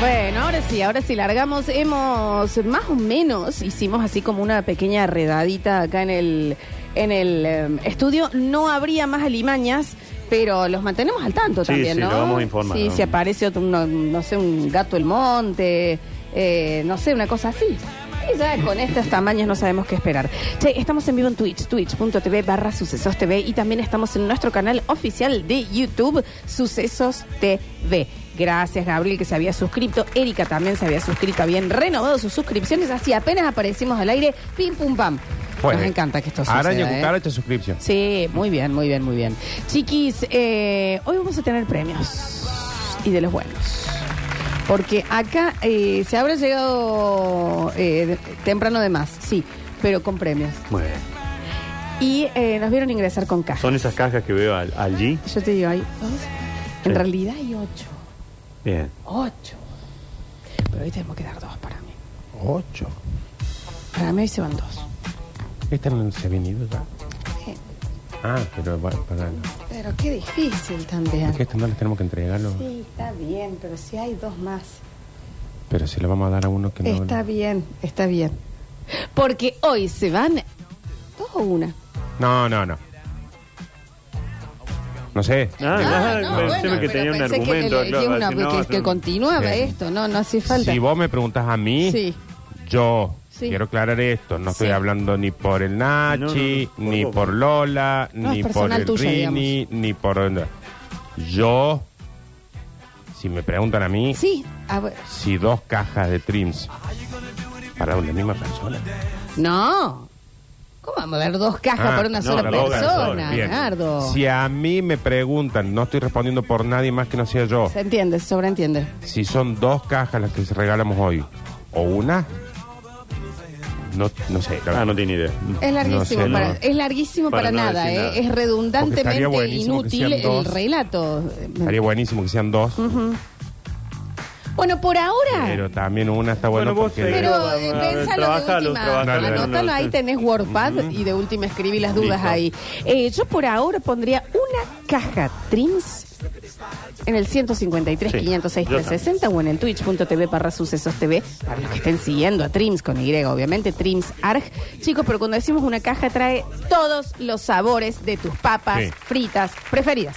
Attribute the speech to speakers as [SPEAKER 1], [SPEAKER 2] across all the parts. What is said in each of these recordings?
[SPEAKER 1] Bueno, ahora sí, ahora sí, largamos. Hemos, más o menos, hicimos así como una pequeña redadita acá en el, en el em, estudio. No habría más alimañas, pero los mantenemos al tanto
[SPEAKER 2] Sí,
[SPEAKER 1] también,
[SPEAKER 2] sí,
[SPEAKER 1] ¿no?
[SPEAKER 2] lo vamos informando.
[SPEAKER 1] Sí, si aparece otro, no, no sé, un gato del monte, eh, no sé, una cosa así. Y ya con estas tamañas no sabemos qué esperar. Che, estamos en vivo en Twitch, twitch.tv barra sucesos TV y también estamos en nuestro canal oficial de YouTube, Sucesos TV. Gracias, Gabriel, que se había suscrito. Erika también se había suscrito, habían renovado sus suscripciones. Así apenas aparecimos al aire, pim, pum, pam. Nos encanta que esto suceda.
[SPEAKER 3] Araña
[SPEAKER 1] ¿eh?
[SPEAKER 3] cucaracha suscripción.
[SPEAKER 1] Sí, muy bien, muy bien, muy bien. Chiquis, eh, hoy vamos a tener premios y de los buenos. Porque acá eh, se habrá llegado eh, de- temprano de más, sí, pero con premios.
[SPEAKER 2] Muy bien.
[SPEAKER 1] Y eh, nos vieron ingresar con cajas.
[SPEAKER 2] Son esas cajas que veo al- allí.
[SPEAKER 1] Yo te digo, hay dos. En
[SPEAKER 2] Sí.
[SPEAKER 1] realidad hay ocho.
[SPEAKER 2] Bien.
[SPEAKER 1] Ocho. Pero hoy tenemos que dar dos para mí.
[SPEAKER 3] Ocho.
[SPEAKER 1] Para mí hoy se van dos.
[SPEAKER 3] Esta no se ha venido ya.
[SPEAKER 1] Eh,
[SPEAKER 3] Ah, pero bueno, para
[SPEAKER 1] Pero qué difícil también.
[SPEAKER 3] Porque esta no la tenemos que entregarlo.
[SPEAKER 1] Sí, está bien, pero si hay dos más.
[SPEAKER 3] Pero se la vamos a dar a uno que no.
[SPEAKER 1] Está bien, está bien. Porque hoy se van dos o una.
[SPEAKER 3] No, no, no. No sé.
[SPEAKER 2] Ah, ah, pensé
[SPEAKER 1] bueno,
[SPEAKER 2] que
[SPEAKER 1] pero
[SPEAKER 2] tenía un
[SPEAKER 1] pensé que
[SPEAKER 2] argumento.
[SPEAKER 1] le-
[SPEAKER 2] claro,
[SPEAKER 1] que, una-
[SPEAKER 2] así, no,
[SPEAKER 1] que-
[SPEAKER 2] así,
[SPEAKER 1] que
[SPEAKER 2] no.
[SPEAKER 1] continuaba
[SPEAKER 3] Sí.
[SPEAKER 1] esto, no, no hacía falta.
[SPEAKER 3] Si vos me preguntas a mí,
[SPEAKER 1] Sí.
[SPEAKER 3] yo
[SPEAKER 1] Sí.
[SPEAKER 3] quiero aclarar esto. No estoy
[SPEAKER 1] Sí.
[SPEAKER 3] hablando ni por el Nachi,
[SPEAKER 2] No, no, no,
[SPEAKER 3] ni
[SPEAKER 2] por vos.
[SPEAKER 3] por Lola,
[SPEAKER 1] No,
[SPEAKER 3] ni
[SPEAKER 1] es
[SPEAKER 3] por
[SPEAKER 1] personal
[SPEAKER 3] el
[SPEAKER 1] tuyo,
[SPEAKER 3] Rini, ni por. Yo, si me preguntan a mí,
[SPEAKER 1] Sí, a ver.
[SPEAKER 3] si dos cajas de trims para una misma persona.
[SPEAKER 1] No. ¿Cómo vamos a dar dos cajas
[SPEAKER 3] Ah,
[SPEAKER 1] para una
[SPEAKER 2] no,
[SPEAKER 1] sola
[SPEAKER 2] las dos
[SPEAKER 1] persona,
[SPEAKER 2] personas,
[SPEAKER 3] Bien.
[SPEAKER 1] Leonardo?
[SPEAKER 3] Si a mí me preguntan, no estoy respondiendo por nadie más que no sea yo.
[SPEAKER 1] Se entiende, se sobreentiende.
[SPEAKER 3] Si son dos cajas las que regalamos hoy o una, no, no sé. la
[SPEAKER 2] Ah,
[SPEAKER 3] verdad.
[SPEAKER 2] no tiene idea.
[SPEAKER 1] Es larguísimo,
[SPEAKER 3] No sé,
[SPEAKER 1] para,
[SPEAKER 3] no.
[SPEAKER 1] es larguísimo para,
[SPEAKER 2] Para no
[SPEAKER 1] nada,
[SPEAKER 2] decir
[SPEAKER 1] ¿eh?
[SPEAKER 2] nada.
[SPEAKER 1] es redundantemente
[SPEAKER 3] estaría buenísimo que
[SPEAKER 1] inútil
[SPEAKER 3] sean
[SPEAKER 1] el
[SPEAKER 3] dos.
[SPEAKER 1] relato.
[SPEAKER 3] Estaría buenísimo que sean dos,
[SPEAKER 1] Bueno, por ahora.
[SPEAKER 3] pero también una está buena porque...
[SPEAKER 2] seguí.
[SPEAKER 1] Pero
[SPEAKER 2] Vamos,
[SPEAKER 1] eh,
[SPEAKER 2] a ver,
[SPEAKER 1] pensalo de
[SPEAKER 2] trabajalo,
[SPEAKER 1] última,
[SPEAKER 2] trabajalo.
[SPEAKER 3] Dale, dale.
[SPEAKER 1] anótalo ahí, tenés WordPad y de última escribí las dudas
[SPEAKER 2] Listo.
[SPEAKER 1] ahí. Eh, yo por ahora pondría una caja trims en el 153
[SPEAKER 2] Sí,
[SPEAKER 1] 506
[SPEAKER 2] yo
[SPEAKER 1] 360 o en el twitch.tv barra sucesos TV para los que estén siguiendo a Trims con Y, obviamente, Trims Arg. Chicos, pero cuando decimos una caja trae todos los sabores de tus papas
[SPEAKER 3] Sí.
[SPEAKER 1] fritas preferidas.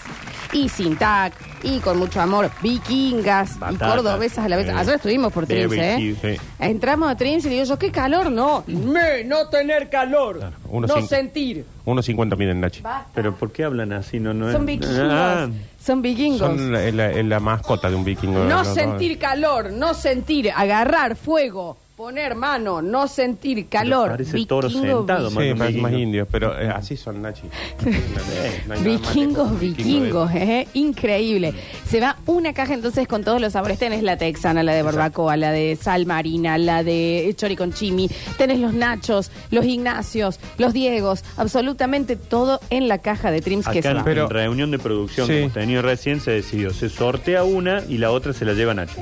[SPEAKER 1] Y sin tac, y con mucho amor, vikingas,
[SPEAKER 2] Batatas.
[SPEAKER 1] y cordobesas a la vez.
[SPEAKER 2] Sí.
[SPEAKER 1] Ayer estuvimos por Trims, ¿eh?
[SPEAKER 2] Barbecue, sí.
[SPEAKER 1] Entramos a Trims y digo yo, qué calor, no. Me, no tener calor.
[SPEAKER 3] uno
[SPEAKER 1] no
[SPEAKER 3] cinco.
[SPEAKER 1] sentir.
[SPEAKER 3] Unos 50 miren, Nachi.
[SPEAKER 2] Pero ¿por qué hablan así? No, no es-
[SPEAKER 1] Son vikingos.
[SPEAKER 2] Ah,
[SPEAKER 1] Son vikingos.
[SPEAKER 3] Son la, la- la mascota de un vikingo.
[SPEAKER 1] No, sentir calor, no sentir, agarrar fuego, poner mano, no sentir calor.
[SPEAKER 2] parece toro sentado,
[SPEAKER 3] Sí,
[SPEAKER 1] vi-
[SPEAKER 2] Más
[SPEAKER 3] más,
[SPEAKER 2] vikingo.
[SPEAKER 3] más indios, pero eh, así son, Nachi. No hay nada más que-
[SPEAKER 1] Vikingos,
[SPEAKER 3] de-
[SPEAKER 1] vikingos, ¿eh? increíble. Se va una caja entonces con todos los sabores. Tenés la texana, la de barbacoa, la de sal marina, la de chori con chimi. Tenés los nachos, los ignacios, los diegos. Absolutamente todo en la caja de Trims que
[SPEAKER 2] Acá
[SPEAKER 1] se
[SPEAKER 2] en,
[SPEAKER 1] va.
[SPEAKER 3] Pero-
[SPEAKER 2] en reunión de producción
[SPEAKER 3] Sí.
[SPEAKER 2] que hemos tenido recién se decidió, se sortea una y la otra se la lleva Nacho.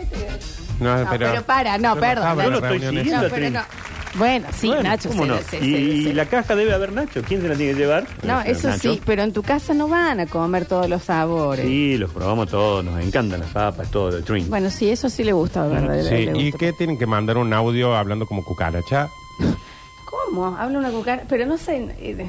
[SPEAKER 3] No,
[SPEAKER 1] No, pero para, no,
[SPEAKER 3] Yo
[SPEAKER 1] perdón,
[SPEAKER 3] estaba
[SPEAKER 1] yo
[SPEAKER 3] en la
[SPEAKER 2] lo estoy
[SPEAKER 3] reunión
[SPEAKER 2] siguiendo.
[SPEAKER 3] esa.
[SPEAKER 1] No, pero no. Bueno, sí,
[SPEAKER 2] Bueno,
[SPEAKER 1] Nacho.
[SPEAKER 2] ¿cómo
[SPEAKER 1] se-
[SPEAKER 2] no?
[SPEAKER 1] se-
[SPEAKER 2] y
[SPEAKER 1] se-
[SPEAKER 2] y
[SPEAKER 1] se-
[SPEAKER 2] la caja debe haber Nacho. ¿Quién se la tiene que llevar?
[SPEAKER 1] No,
[SPEAKER 2] Debe ser
[SPEAKER 1] eso
[SPEAKER 2] Nacho.
[SPEAKER 1] sí, pero en tu casa no van a comer todos los sabores.
[SPEAKER 2] Sí, los probamos todos, nos encantan las papas, todo, el drink.
[SPEAKER 1] Bueno, sí, eso sí le gusta, ¿verdad?
[SPEAKER 3] Sí,
[SPEAKER 1] Le
[SPEAKER 3] ¿y
[SPEAKER 1] gusta.
[SPEAKER 3] qué tienen que mandar un audio hablando como cucaracha?
[SPEAKER 1] ¿Cómo? Habla una cucara, pero no sé. eh,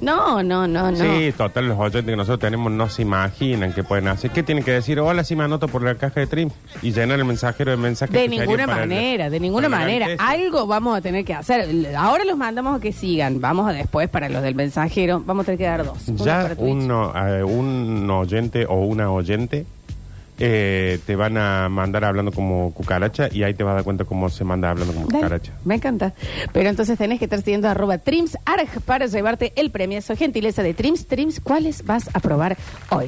[SPEAKER 1] No, no, no, no.
[SPEAKER 3] Sí, total, los oyentes que nosotros tenemos no se imaginan qué pueden hacer. ¿Qué tienen que decir? Hola, si me anoto por la caja de trim y llenar el mensajero de mensajes.
[SPEAKER 1] De
[SPEAKER 3] que serían
[SPEAKER 1] ninguna
[SPEAKER 3] para el-
[SPEAKER 1] manera, de ninguna
[SPEAKER 3] para el
[SPEAKER 1] manera.
[SPEAKER 3] antes.
[SPEAKER 1] Algo vamos a tener que hacer. L- Ahora los mandamos a que sigan. Vamos a después para los del mensajero. Vamos a tener que dar dos. Uno
[SPEAKER 3] Ya
[SPEAKER 1] para Twitch.
[SPEAKER 3] uno, eh, un oyente o una oyente eh, te van a mandar hablando como cucaracha y ahí te vas a dar cuenta cómo se manda hablando como
[SPEAKER 1] Dale,
[SPEAKER 3] cucaracha.
[SPEAKER 1] me encanta. Pero entonces tenés que estar siguiendo arroba trimsarg para llevarte el premiazo gentileza de Trims. Trims, ¿cuáles vas a probar hoy?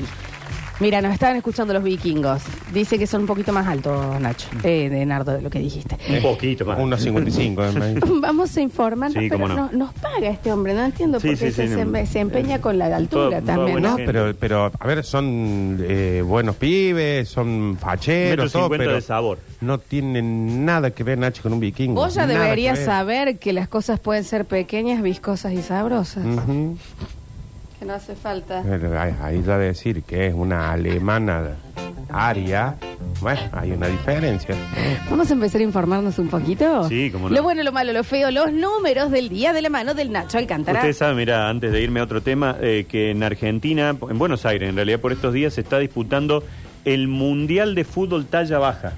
[SPEAKER 1] Mira, nos estaban escuchando los vikingos. Dice que son un poquito más altos, Nacho,
[SPEAKER 2] Mm.
[SPEAKER 1] eh, de Nardo, de lo que dijiste.
[SPEAKER 2] Un poquito más.
[SPEAKER 3] Unos 55. eh, me-
[SPEAKER 1] Vamos a informar,
[SPEAKER 2] Sí,
[SPEAKER 1] pero
[SPEAKER 2] cómo no.
[SPEAKER 1] no- nos paga este hombre, no entiendo
[SPEAKER 2] Sí,
[SPEAKER 1] por qué
[SPEAKER 2] sí,
[SPEAKER 1] se,
[SPEAKER 2] sí,
[SPEAKER 1] se-
[SPEAKER 2] no. Eh,
[SPEAKER 1] se empeña con la altura
[SPEAKER 2] Todo- todo
[SPEAKER 1] también.
[SPEAKER 2] buena
[SPEAKER 3] No,
[SPEAKER 1] ¿no?
[SPEAKER 2] gente.
[SPEAKER 3] pero, pero, a ver, son eh, buenos pibes, son
[SPEAKER 2] Metro
[SPEAKER 3] facheros, todo,
[SPEAKER 2] 50
[SPEAKER 3] pero
[SPEAKER 2] de sabor.
[SPEAKER 3] no tienen nada que ver, Nachi, con un vikingo.
[SPEAKER 1] Vos ya
[SPEAKER 3] Mm. Nada que
[SPEAKER 1] deberías
[SPEAKER 3] ver.
[SPEAKER 1] saber que las cosas pueden ser pequeñas, viscosas y sabrosas.
[SPEAKER 3] Ujú.
[SPEAKER 1] Que no hace falta.
[SPEAKER 3] Pero ahí- Ahí ya decir que es una alemana aria Bueno, hay una diferencia.
[SPEAKER 1] Vamos a empezar a informarnos un poquito.
[SPEAKER 2] Sí, cómo no.
[SPEAKER 1] Lo bueno, lo malo, lo feo, los números del día de la mano del Nacho Alcántara.
[SPEAKER 2] Ustedes saben, mira, antes de irme a otro tema, eh, que en Argentina, en Buenos Aires, en realidad por estos días se está disputando el Mundial de Fútbol Talla Baja.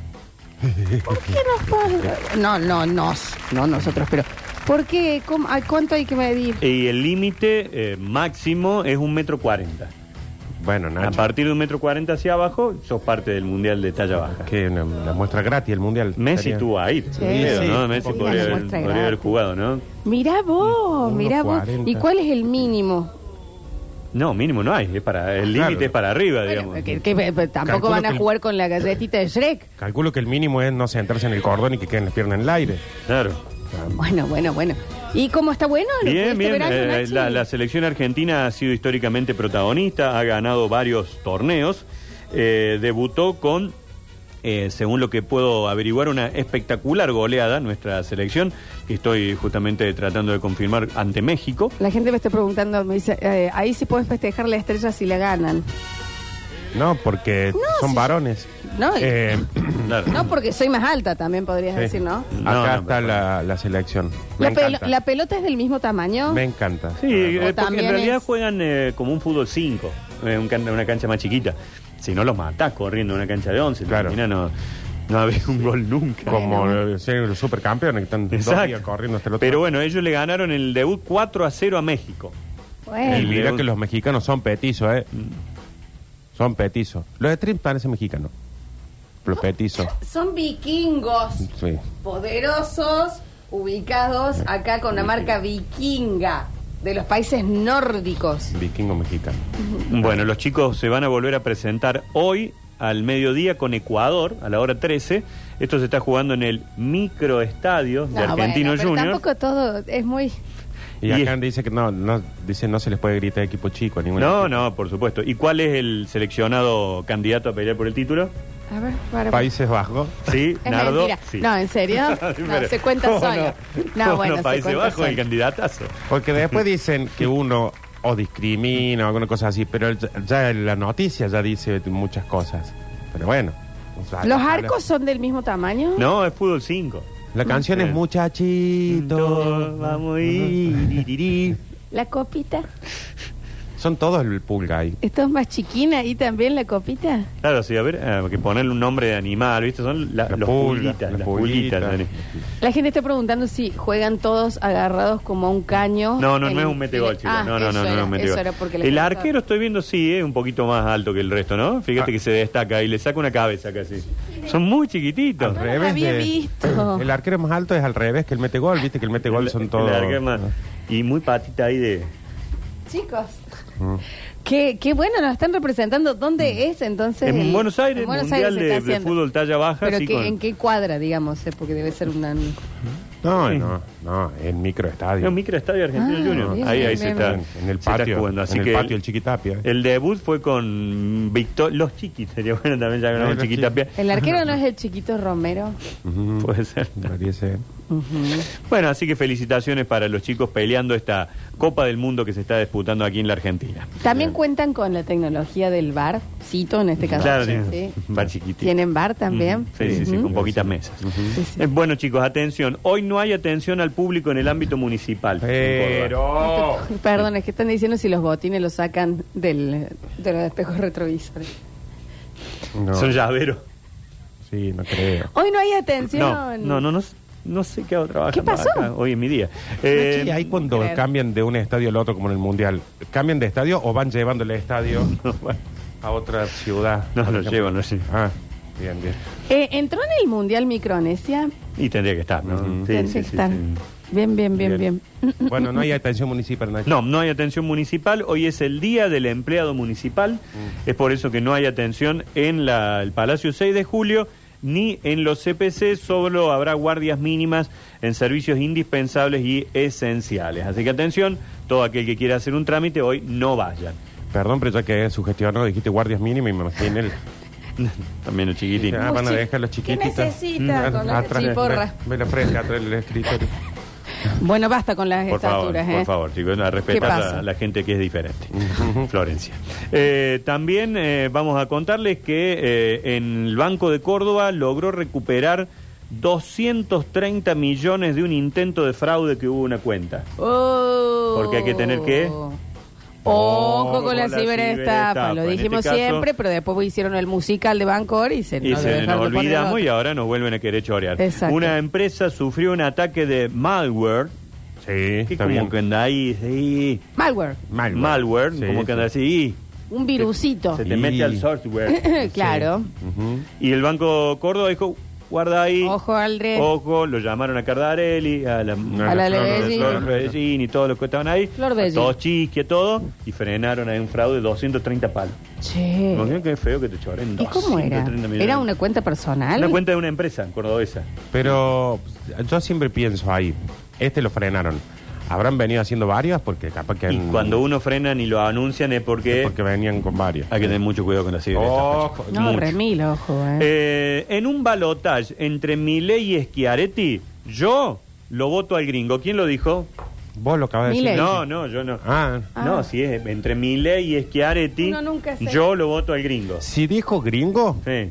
[SPEAKER 1] No, no, nos, no nosotros, pero ¿por qué? ¿Cómo? ¿A ¿Cuánto hay que medir?
[SPEAKER 2] Y el límite eh, máximo es un metro cuarenta.
[SPEAKER 3] Bueno,
[SPEAKER 2] A
[SPEAKER 3] Nacho,
[SPEAKER 2] partir de un metro cuarenta hacia abajo, sos parte del Mundial de Talla Baja.
[SPEAKER 3] que una, una muestra gratis el mundial.
[SPEAKER 2] Messi
[SPEAKER 3] Sería-
[SPEAKER 2] estuvo ahí.
[SPEAKER 1] Sí,
[SPEAKER 2] Pero,
[SPEAKER 3] sí.
[SPEAKER 2] ¿no? Messi
[SPEAKER 1] Sí,
[SPEAKER 2] podría,
[SPEAKER 1] la
[SPEAKER 2] haber,
[SPEAKER 1] muestra
[SPEAKER 2] podría haber
[SPEAKER 1] gratis.
[SPEAKER 2] jugado, ¿no?
[SPEAKER 1] Mirá vos,
[SPEAKER 3] Uno
[SPEAKER 1] mirá vos.
[SPEAKER 3] cuarenta.
[SPEAKER 1] ¿Y cuál es el mínimo?
[SPEAKER 2] No, mínimo no hay. Es para, el
[SPEAKER 3] Ah, Claro.
[SPEAKER 2] límite es para arriba,
[SPEAKER 1] Bueno,
[SPEAKER 2] digamos.
[SPEAKER 1] que- que- que tampoco
[SPEAKER 3] Calculo
[SPEAKER 1] van
[SPEAKER 3] que
[SPEAKER 1] a
[SPEAKER 3] el-
[SPEAKER 1] jugar con la galletita de Shrek.
[SPEAKER 3] Calculo que el mínimo es no sentarse en el cordón y que queden las piernas en el aire.
[SPEAKER 2] Claro.
[SPEAKER 1] Bueno, bueno, bueno. ¿Y cómo está bueno? ¿Lo
[SPEAKER 2] Bien,
[SPEAKER 1] pudiste
[SPEAKER 2] bien.
[SPEAKER 1] ver algo,
[SPEAKER 2] eh,
[SPEAKER 1] Nachi?
[SPEAKER 2] la, la selección argentina ha sido históricamente protagonista, ha ganado varios torneos. eh, debutó con, eh, según lo que puedo averiguar, una espectacular goleada, nuestra selección, que estoy justamente tratando de confirmar ante México.
[SPEAKER 1] La gente me está preguntando, me dice, eh, ahí sí puedes festejar la estrella si la ganan.
[SPEAKER 3] No, porque son varones.
[SPEAKER 1] No, y-
[SPEAKER 3] Eh,
[SPEAKER 2] Claro.
[SPEAKER 1] No, porque soy más alta también podrías
[SPEAKER 3] sí.
[SPEAKER 1] decir, ¿no?
[SPEAKER 2] No,
[SPEAKER 3] Acá
[SPEAKER 2] no,
[SPEAKER 3] está
[SPEAKER 2] pero-
[SPEAKER 3] la, la selección. Me
[SPEAKER 1] La, pelo-
[SPEAKER 3] encanta.
[SPEAKER 1] la pelota es del mismo tamaño.
[SPEAKER 3] Me encanta.
[SPEAKER 2] Sí,
[SPEAKER 1] O
[SPEAKER 2] eh, porque
[SPEAKER 1] también
[SPEAKER 2] en realidad
[SPEAKER 1] es-
[SPEAKER 2] juegan eh, como un fútbol 5, una cancha más chiquita. Si no los matás corriendo en una cancha de 11,
[SPEAKER 3] Claro.
[SPEAKER 2] no, no había un gol nunca.
[SPEAKER 3] Como los los supercampeones que están dos días
[SPEAKER 2] Exacto.
[SPEAKER 3] corriendo hasta el otro.
[SPEAKER 2] Pero bueno, ellos le ganaron el debut 4 a 0 a México.
[SPEAKER 3] Y
[SPEAKER 1] Bueno,
[SPEAKER 3] mira que los mexicanos son petizos, ¿eh?
[SPEAKER 2] Mm.
[SPEAKER 3] Son petizos. Los streams parecen mexicanos. Los petizos.
[SPEAKER 1] son vikingos
[SPEAKER 3] Sí.
[SPEAKER 1] poderosos, ubicados acá con una marca vikinga de los países nórdicos.
[SPEAKER 3] Vikingo mexicano.
[SPEAKER 2] Bueno, los chicos se van a volver a presentar hoy al mediodía con Ecuador a la hora 13. Esto se está jugando en el microestadio de
[SPEAKER 1] No,
[SPEAKER 2] Argentino
[SPEAKER 1] Ah, bueno, pero
[SPEAKER 2] Junior.
[SPEAKER 1] Tampoco todo es muy.
[SPEAKER 3] Y,
[SPEAKER 2] Y
[SPEAKER 3] acá
[SPEAKER 2] es-
[SPEAKER 3] dice que no, no, dice no se les puede gritar equipo chico a ningún
[SPEAKER 2] No,
[SPEAKER 3] equipo.
[SPEAKER 2] no, por supuesto. ¿Y cuál es el seleccionado candidato a pelear por el título?
[SPEAKER 1] A ver, para.
[SPEAKER 3] Países Bajos.
[SPEAKER 2] Sí,
[SPEAKER 1] Es
[SPEAKER 2] Nardo.
[SPEAKER 1] mentira.
[SPEAKER 2] sí.
[SPEAKER 1] No, ¿en serio? No,
[SPEAKER 2] Pero,
[SPEAKER 1] se cuenta
[SPEAKER 2] ¿cómo
[SPEAKER 1] solo. No,
[SPEAKER 2] ¿Cómo
[SPEAKER 1] bueno, se
[SPEAKER 2] Países
[SPEAKER 1] cuenta
[SPEAKER 2] Bajos,
[SPEAKER 1] solo.
[SPEAKER 2] el candidatazo.
[SPEAKER 3] Porque después dicen que uno o discrimina o alguna cosa así, pero ya, ya la noticia ya dice muchas cosas. Pero bueno. o sea,
[SPEAKER 2] Ah,
[SPEAKER 1] ¿Los
[SPEAKER 3] la-
[SPEAKER 1] arcos son del mismo tamaño?
[SPEAKER 2] No, es fútbol 5.
[SPEAKER 3] La canción
[SPEAKER 2] Mm.
[SPEAKER 3] es Muchachito.
[SPEAKER 2] Vamos y...
[SPEAKER 1] La copita.
[SPEAKER 3] Son todos el pulga ahí.
[SPEAKER 1] ¿Esto es más chiquina y también la copita?
[SPEAKER 2] Claro, sí, a ver, eh, que ponerle un nombre de animal, ¿viste? Son la-
[SPEAKER 3] La
[SPEAKER 2] los
[SPEAKER 3] pulga,
[SPEAKER 2] pulguitas,
[SPEAKER 3] la
[SPEAKER 2] las
[SPEAKER 3] pulguita.
[SPEAKER 2] pulguitas. Dani.
[SPEAKER 1] La gente está preguntando si juegan todos agarrados como a un caño.
[SPEAKER 2] No, no,
[SPEAKER 1] en-
[SPEAKER 2] no es un metegol, chicos.
[SPEAKER 1] Oh, Ah,
[SPEAKER 2] no, no,
[SPEAKER 1] eso
[SPEAKER 2] no, no,
[SPEAKER 1] era,
[SPEAKER 2] es un metegol.
[SPEAKER 1] Eso era porque la
[SPEAKER 2] el
[SPEAKER 1] gente-
[SPEAKER 2] arquero estoy viendo, sí, es un poquito más alto que el resto, ¿no? Fíjate
[SPEAKER 3] Ah.
[SPEAKER 2] que se destaca y le saca una cabeza casi. Son muy chiquititos.
[SPEAKER 3] Al
[SPEAKER 1] no los
[SPEAKER 3] revés
[SPEAKER 1] había
[SPEAKER 3] de-
[SPEAKER 1] visto.
[SPEAKER 3] El arquero más alto es al revés que el mete gol, viste que el mete gol
[SPEAKER 2] El-
[SPEAKER 3] son
[SPEAKER 2] el
[SPEAKER 3] todos. ah.
[SPEAKER 2] arquero más- Y muy patita ahí de...
[SPEAKER 1] Chicos.
[SPEAKER 2] Ah.
[SPEAKER 1] Qué, qué bueno, nos están representando. ¿Dónde es entonces?
[SPEAKER 2] Mm. En
[SPEAKER 1] el-
[SPEAKER 2] Buenos Aires,
[SPEAKER 1] en Buenos
[SPEAKER 2] Mundial
[SPEAKER 1] Aires se
[SPEAKER 2] de-
[SPEAKER 1] está
[SPEAKER 2] de
[SPEAKER 1] haciendo?
[SPEAKER 2] Fútbol talla baja,
[SPEAKER 1] Pero
[SPEAKER 2] sí,
[SPEAKER 1] qué-
[SPEAKER 2] con-
[SPEAKER 1] ¿en qué cuadra, digamos? eh? Porque debe ser una...
[SPEAKER 3] No, no, no, en microestadio.
[SPEAKER 2] Es un microestadio argentino
[SPEAKER 1] Ah,
[SPEAKER 2] Junior.
[SPEAKER 1] bien,
[SPEAKER 2] ahí
[SPEAKER 1] bien,
[SPEAKER 2] ahí se
[SPEAKER 1] bien,
[SPEAKER 2] está.
[SPEAKER 3] en, en el
[SPEAKER 2] se está
[SPEAKER 3] patio,
[SPEAKER 2] jugando. Así
[SPEAKER 3] en
[SPEAKER 2] que
[SPEAKER 3] el patio el Chiquitapia.
[SPEAKER 2] El debut fue con Victor, los chiquis, sería bueno también ya ganamos
[SPEAKER 3] Los
[SPEAKER 2] chiquitapia.
[SPEAKER 1] ¿El
[SPEAKER 2] Ah.
[SPEAKER 1] arquero no es el chiquito Romero?
[SPEAKER 3] Ujú.
[SPEAKER 2] Puede ser.
[SPEAKER 3] Parece-
[SPEAKER 2] Bueno, así que felicitaciones para los chicos peleando esta Copa del Mundo que se está disputando aquí en la Argentina.
[SPEAKER 1] También cuentan con la tecnología del bar, Cito en este caso.
[SPEAKER 2] Claro,
[SPEAKER 1] Sí.
[SPEAKER 2] tiene- va chiquitito. Mm.
[SPEAKER 1] ¿Tienen bar también?
[SPEAKER 2] Sí, sí, sí, con poquitas mesas.
[SPEAKER 1] Sí, sí.
[SPEAKER 2] Eh, Bueno, chicos, atención. Hoy no hay atención al público en el ámbito municipal. en Córdoba.
[SPEAKER 3] Pero
[SPEAKER 1] Perdón, es que están diciendo si los botines los sacan del, de los espejos retrovisores.
[SPEAKER 3] no,
[SPEAKER 2] Son llaveros.
[SPEAKER 3] sí, no creo.
[SPEAKER 1] Hoy no hay atención.
[SPEAKER 2] No, no, no, no, s- no sé qué hago trabajando
[SPEAKER 1] ¿Qué pasó?
[SPEAKER 2] acá hoy en mi día. Eh,
[SPEAKER 3] No, sí, ahí cuando
[SPEAKER 1] Eh, creo.
[SPEAKER 3] cambian de un estadio al otro como en el mundial, cambian de estadio o van llevando el estadio
[SPEAKER 2] no, bueno,
[SPEAKER 3] a otra ciudad.
[SPEAKER 2] No,
[SPEAKER 3] Por
[SPEAKER 2] lo
[SPEAKER 3] ejemplo.
[SPEAKER 2] llevan, lo llevan.
[SPEAKER 3] Ah, bien, bien.
[SPEAKER 1] Eh, entró en el Mundial Micronesia.
[SPEAKER 2] y tendría que estar, ¿no?
[SPEAKER 3] Ujú.
[SPEAKER 2] Sí,
[SPEAKER 1] Tendría
[SPEAKER 2] sí,
[SPEAKER 1] que
[SPEAKER 2] sí,
[SPEAKER 1] estar.
[SPEAKER 2] sí.
[SPEAKER 1] Bien, bien, bien, bien.
[SPEAKER 3] Bueno, no hay atención municipal, Nacho.
[SPEAKER 2] No, no hay atención municipal. Hoy es el día del empleado municipal. Es por eso que no hay atención en la- el Palacio 6 de Julio ni en los CPC. Solo habrá guardias mínimas en servicios indispensables y esenciales. Así que atención, todo aquel que quiera hacer un trámite hoy no vayan.
[SPEAKER 3] Perdón, pero ya que sugestionado dijiste guardias mínimas y me imaginé el...
[SPEAKER 2] También los chiquitín.
[SPEAKER 3] Ah, van a
[SPEAKER 1] Muy chi-
[SPEAKER 3] dejar los
[SPEAKER 1] ¿Qué
[SPEAKER 3] chiquititos.
[SPEAKER 1] necesita
[SPEAKER 3] Mm,
[SPEAKER 1] con esta
[SPEAKER 3] atrás,
[SPEAKER 1] chiporra?
[SPEAKER 3] Ve, ve la fresca atrás del escritorio.
[SPEAKER 1] Bueno, basta con las
[SPEAKER 2] Por favor,
[SPEAKER 1] estaturas, ¿eh?
[SPEAKER 2] por favor, chicos, a respetar
[SPEAKER 1] pasa?
[SPEAKER 2] a la gente que es diferente. Florencia. Eh, también eh, vamos a contarles que eh, en el Banco de Córdoba logró recuperar 230 millones de un intento de fraude que hubo en una cuenta.
[SPEAKER 1] Oh.
[SPEAKER 2] Porque hay que tener que-
[SPEAKER 1] Ojo con la
[SPEAKER 2] Con
[SPEAKER 1] ciberestafa,
[SPEAKER 2] la ciberestafa.
[SPEAKER 1] lo
[SPEAKER 2] En este
[SPEAKER 1] dijimos
[SPEAKER 2] caso-
[SPEAKER 1] siempre, pero después hicieron el musical de Bancor y se
[SPEAKER 2] Y
[SPEAKER 1] nos
[SPEAKER 2] se nos
[SPEAKER 1] dejaron de poner
[SPEAKER 2] olvidamos
[SPEAKER 1] otro.
[SPEAKER 2] y ahora nos vuelven a querer chorear.
[SPEAKER 1] Exacto.
[SPEAKER 2] Una empresa sufrió un ataque de malware.
[SPEAKER 3] Sí,
[SPEAKER 2] Que
[SPEAKER 3] está
[SPEAKER 2] como
[SPEAKER 3] bien.
[SPEAKER 2] que anda ahí, sí,
[SPEAKER 1] Malware,
[SPEAKER 2] malware,
[SPEAKER 3] Sí,
[SPEAKER 2] como que
[SPEAKER 3] sí.
[SPEAKER 2] anda así,
[SPEAKER 1] un virusito.
[SPEAKER 2] se te
[SPEAKER 3] Y-
[SPEAKER 2] mete al software.
[SPEAKER 1] claro.
[SPEAKER 3] Ujú.
[SPEAKER 2] Y el Banco Córdoba dijo, guarda ahí.
[SPEAKER 1] Ojo al re-
[SPEAKER 2] Ojo, lo llamaron a Cardarelli, a la,
[SPEAKER 3] A
[SPEAKER 1] la
[SPEAKER 2] a
[SPEAKER 1] Levellini.
[SPEAKER 2] Flor Levellini y todos los que estaban ahí.
[SPEAKER 1] Flor
[SPEAKER 2] a
[SPEAKER 1] Bellini.
[SPEAKER 2] Todos chisque, todo. Y frenaron ahí un fraude de 230 palos.
[SPEAKER 1] Che.
[SPEAKER 2] Imagínate qué feo que te choren
[SPEAKER 1] ¿Y cómo era?
[SPEAKER 2] 230 millones.
[SPEAKER 1] ¿Era una cuenta personal?
[SPEAKER 2] Una cuenta de una empresa cordobesa.
[SPEAKER 3] Pero yo siempre pienso ahí, este lo frenaron. Habrán venido haciendo varias porque capaz que...
[SPEAKER 2] Y
[SPEAKER 3] han-
[SPEAKER 2] cuando uno frena ni lo anuncian es porque,
[SPEAKER 3] Porque venían con varias.
[SPEAKER 2] hay que tener mucho cuidado con la cigareta.
[SPEAKER 3] Ojo.
[SPEAKER 1] No,
[SPEAKER 2] Mucho.
[SPEAKER 1] remil, ojo, eh.
[SPEAKER 2] Eh, en un balotaje entre Milei y Schiaretti, yo lo voto al gringo. ¿Quién lo dijo?
[SPEAKER 3] Vos lo acabas de
[SPEAKER 1] Milei.
[SPEAKER 3] decir.
[SPEAKER 2] No, no, yo no.
[SPEAKER 3] Ah,
[SPEAKER 1] Ah.
[SPEAKER 2] No, si es entre Milei y Schiaretti,
[SPEAKER 1] Uno nunca se-
[SPEAKER 2] yo lo voto al gringo.
[SPEAKER 3] si dijo gringo,
[SPEAKER 2] Sí.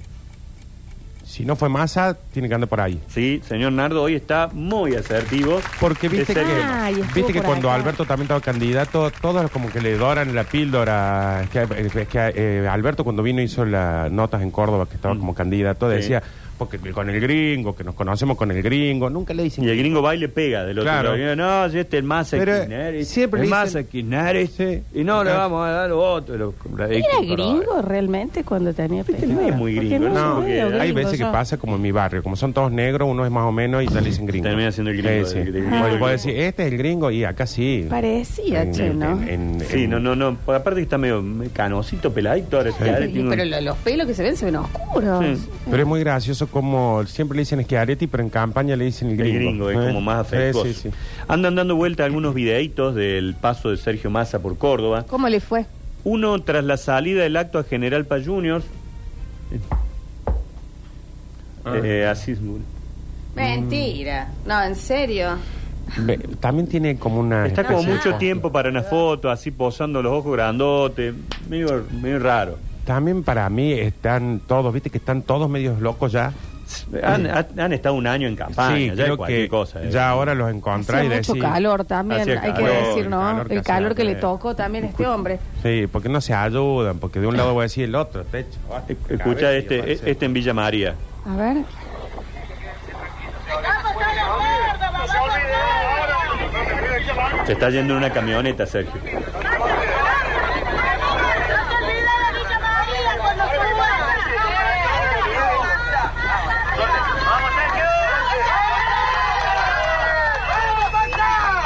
[SPEAKER 3] si no fue masa, tiene que andar por ahí.
[SPEAKER 2] Sí, señor Nardo, hoy está muy asertivo.
[SPEAKER 3] Porque
[SPEAKER 2] Ese
[SPEAKER 3] viste que,
[SPEAKER 2] tema.
[SPEAKER 1] Ay, estuvo
[SPEAKER 3] viste que
[SPEAKER 1] por
[SPEAKER 3] cuando
[SPEAKER 1] acá.
[SPEAKER 3] Alberto también estaba candidato, todos como que le doran la píldora. Es que, es que, eh, Alberto cuando vino hizo las notas en Córdoba, que estaba como candidato,
[SPEAKER 2] Mm. Sí.
[SPEAKER 3] decía, porque con el gringo, que nos conocemos con el gringo, nunca le dicen
[SPEAKER 2] Y el gringo va y le pega del otro
[SPEAKER 3] Claro.
[SPEAKER 2] lado. No, si este es el más
[SPEAKER 3] Pero,
[SPEAKER 2] Kirchner,
[SPEAKER 3] siempre
[SPEAKER 2] el
[SPEAKER 3] dicen-
[SPEAKER 2] más Kirchner,
[SPEAKER 3] Sí.
[SPEAKER 2] y no le
[SPEAKER 3] Claro.
[SPEAKER 2] vamos a dar voto. Lo-
[SPEAKER 1] ¿Era gringo realmente cuando tenía
[SPEAKER 2] eh, Viste,
[SPEAKER 1] pelo?
[SPEAKER 2] no es muy
[SPEAKER 1] Porque
[SPEAKER 2] gringo,
[SPEAKER 1] es
[SPEAKER 2] ¿no?
[SPEAKER 3] No,
[SPEAKER 1] medio
[SPEAKER 2] Porque
[SPEAKER 3] hay
[SPEAKER 1] gringo,
[SPEAKER 3] veces que
[SPEAKER 1] yo.
[SPEAKER 3] pasa como en mi barrio, como son todos negros, uno es más o menos y ya le dicen gringo. Eh,
[SPEAKER 2] Termina siendo el gringo,
[SPEAKER 3] Sí, sí.
[SPEAKER 2] el gringo.
[SPEAKER 3] Porque vos decís, este es el gringo y acá sí.
[SPEAKER 1] Parecía,
[SPEAKER 3] En-
[SPEAKER 1] che,
[SPEAKER 3] en-
[SPEAKER 1] ¿no?
[SPEAKER 3] en- en-
[SPEAKER 2] Sí,
[SPEAKER 3] en-
[SPEAKER 2] no, no, no. Porque aparte que está medio canosito, peladito. Ahora Schiaretti
[SPEAKER 1] Y-
[SPEAKER 2] un-
[SPEAKER 1] Pero lo- los pelos que se ven se ven oscuros.
[SPEAKER 2] Sí.
[SPEAKER 3] Pero es muy gracioso como siempre le dicen Schiaretti, pero en campaña le dicen
[SPEAKER 2] El
[SPEAKER 3] el gringo.
[SPEAKER 2] gringo, es
[SPEAKER 3] ¿eh?
[SPEAKER 2] como más afectuoso.
[SPEAKER 3] Sí, sí, sí.
[SPEAKER 2] Andan dando vuelta algunos videitos del paso de Sergio Massa por Córdoba.
[SPEAKER 1] ¿Cómo le fue?
[SPEAKER 2] Uno tras la salida del acto a General Paz Juniors.
[SPEAKER 3] Ah.
[SPEAKER 2] Eh, así es.
[SPEAKER 1] Mentira. No, en serio.
[SPEAKER 3] Ve- También tiene como una.
[SPEAKER 2] Está como
[SPEAKER 3] especie de
[SPEAKER 2] mucho
[SPEAKER 3] posta.
[SPEAKER 2] tiempo para una foto, así posando los ojos grandotes, medio, medio raro.
[SPEAKER 3] También para mí están todos, viste que están todos medios locos ya.
[SPEAKER 2] Han, han- han estado un año en campaña,
[SPEAKER 3] sí,
[SPEAKER 2] ya es
[SPEAKER 3] creo
[SPEAKER 2] cualquier
[SPEAKER 3] que
[SPEAKER 2] cosa. eh.
[SPEAKER 3] ya ahora los encontrás y
[SPEAKER 1] Hacía mucho
[SPEAKER 3] decís.
[SPEAKER 1] calor también,
[SPEAKER 2] Hacía
[SPEAKER 1] hay que
[SPEAKER 2] calor,
[SPEAKER 1] decir, ¿no? El calor que,
[SPEAKER 3] hacía,
[SPEAKER 1] le
[SPEAKER 3] eh.
[SPEAKER 1] tocó también a este hombre.
[SPEAKER 3] Sí, porque no se ayudan, porque de un lado voy a decir el otro, te echo, ah,
[SPEAKER 2] Esc-
[SPEAKER 3] cabeza,
[SPEAKER 2] Escucha E, este,
[SPEAKER 3] parece.
[SPEAKER 2] e- este en Villa María.
[SPEAKER 1] A ver.
[SPEAKER 2] Se está yendo en una camioneta, Sergio.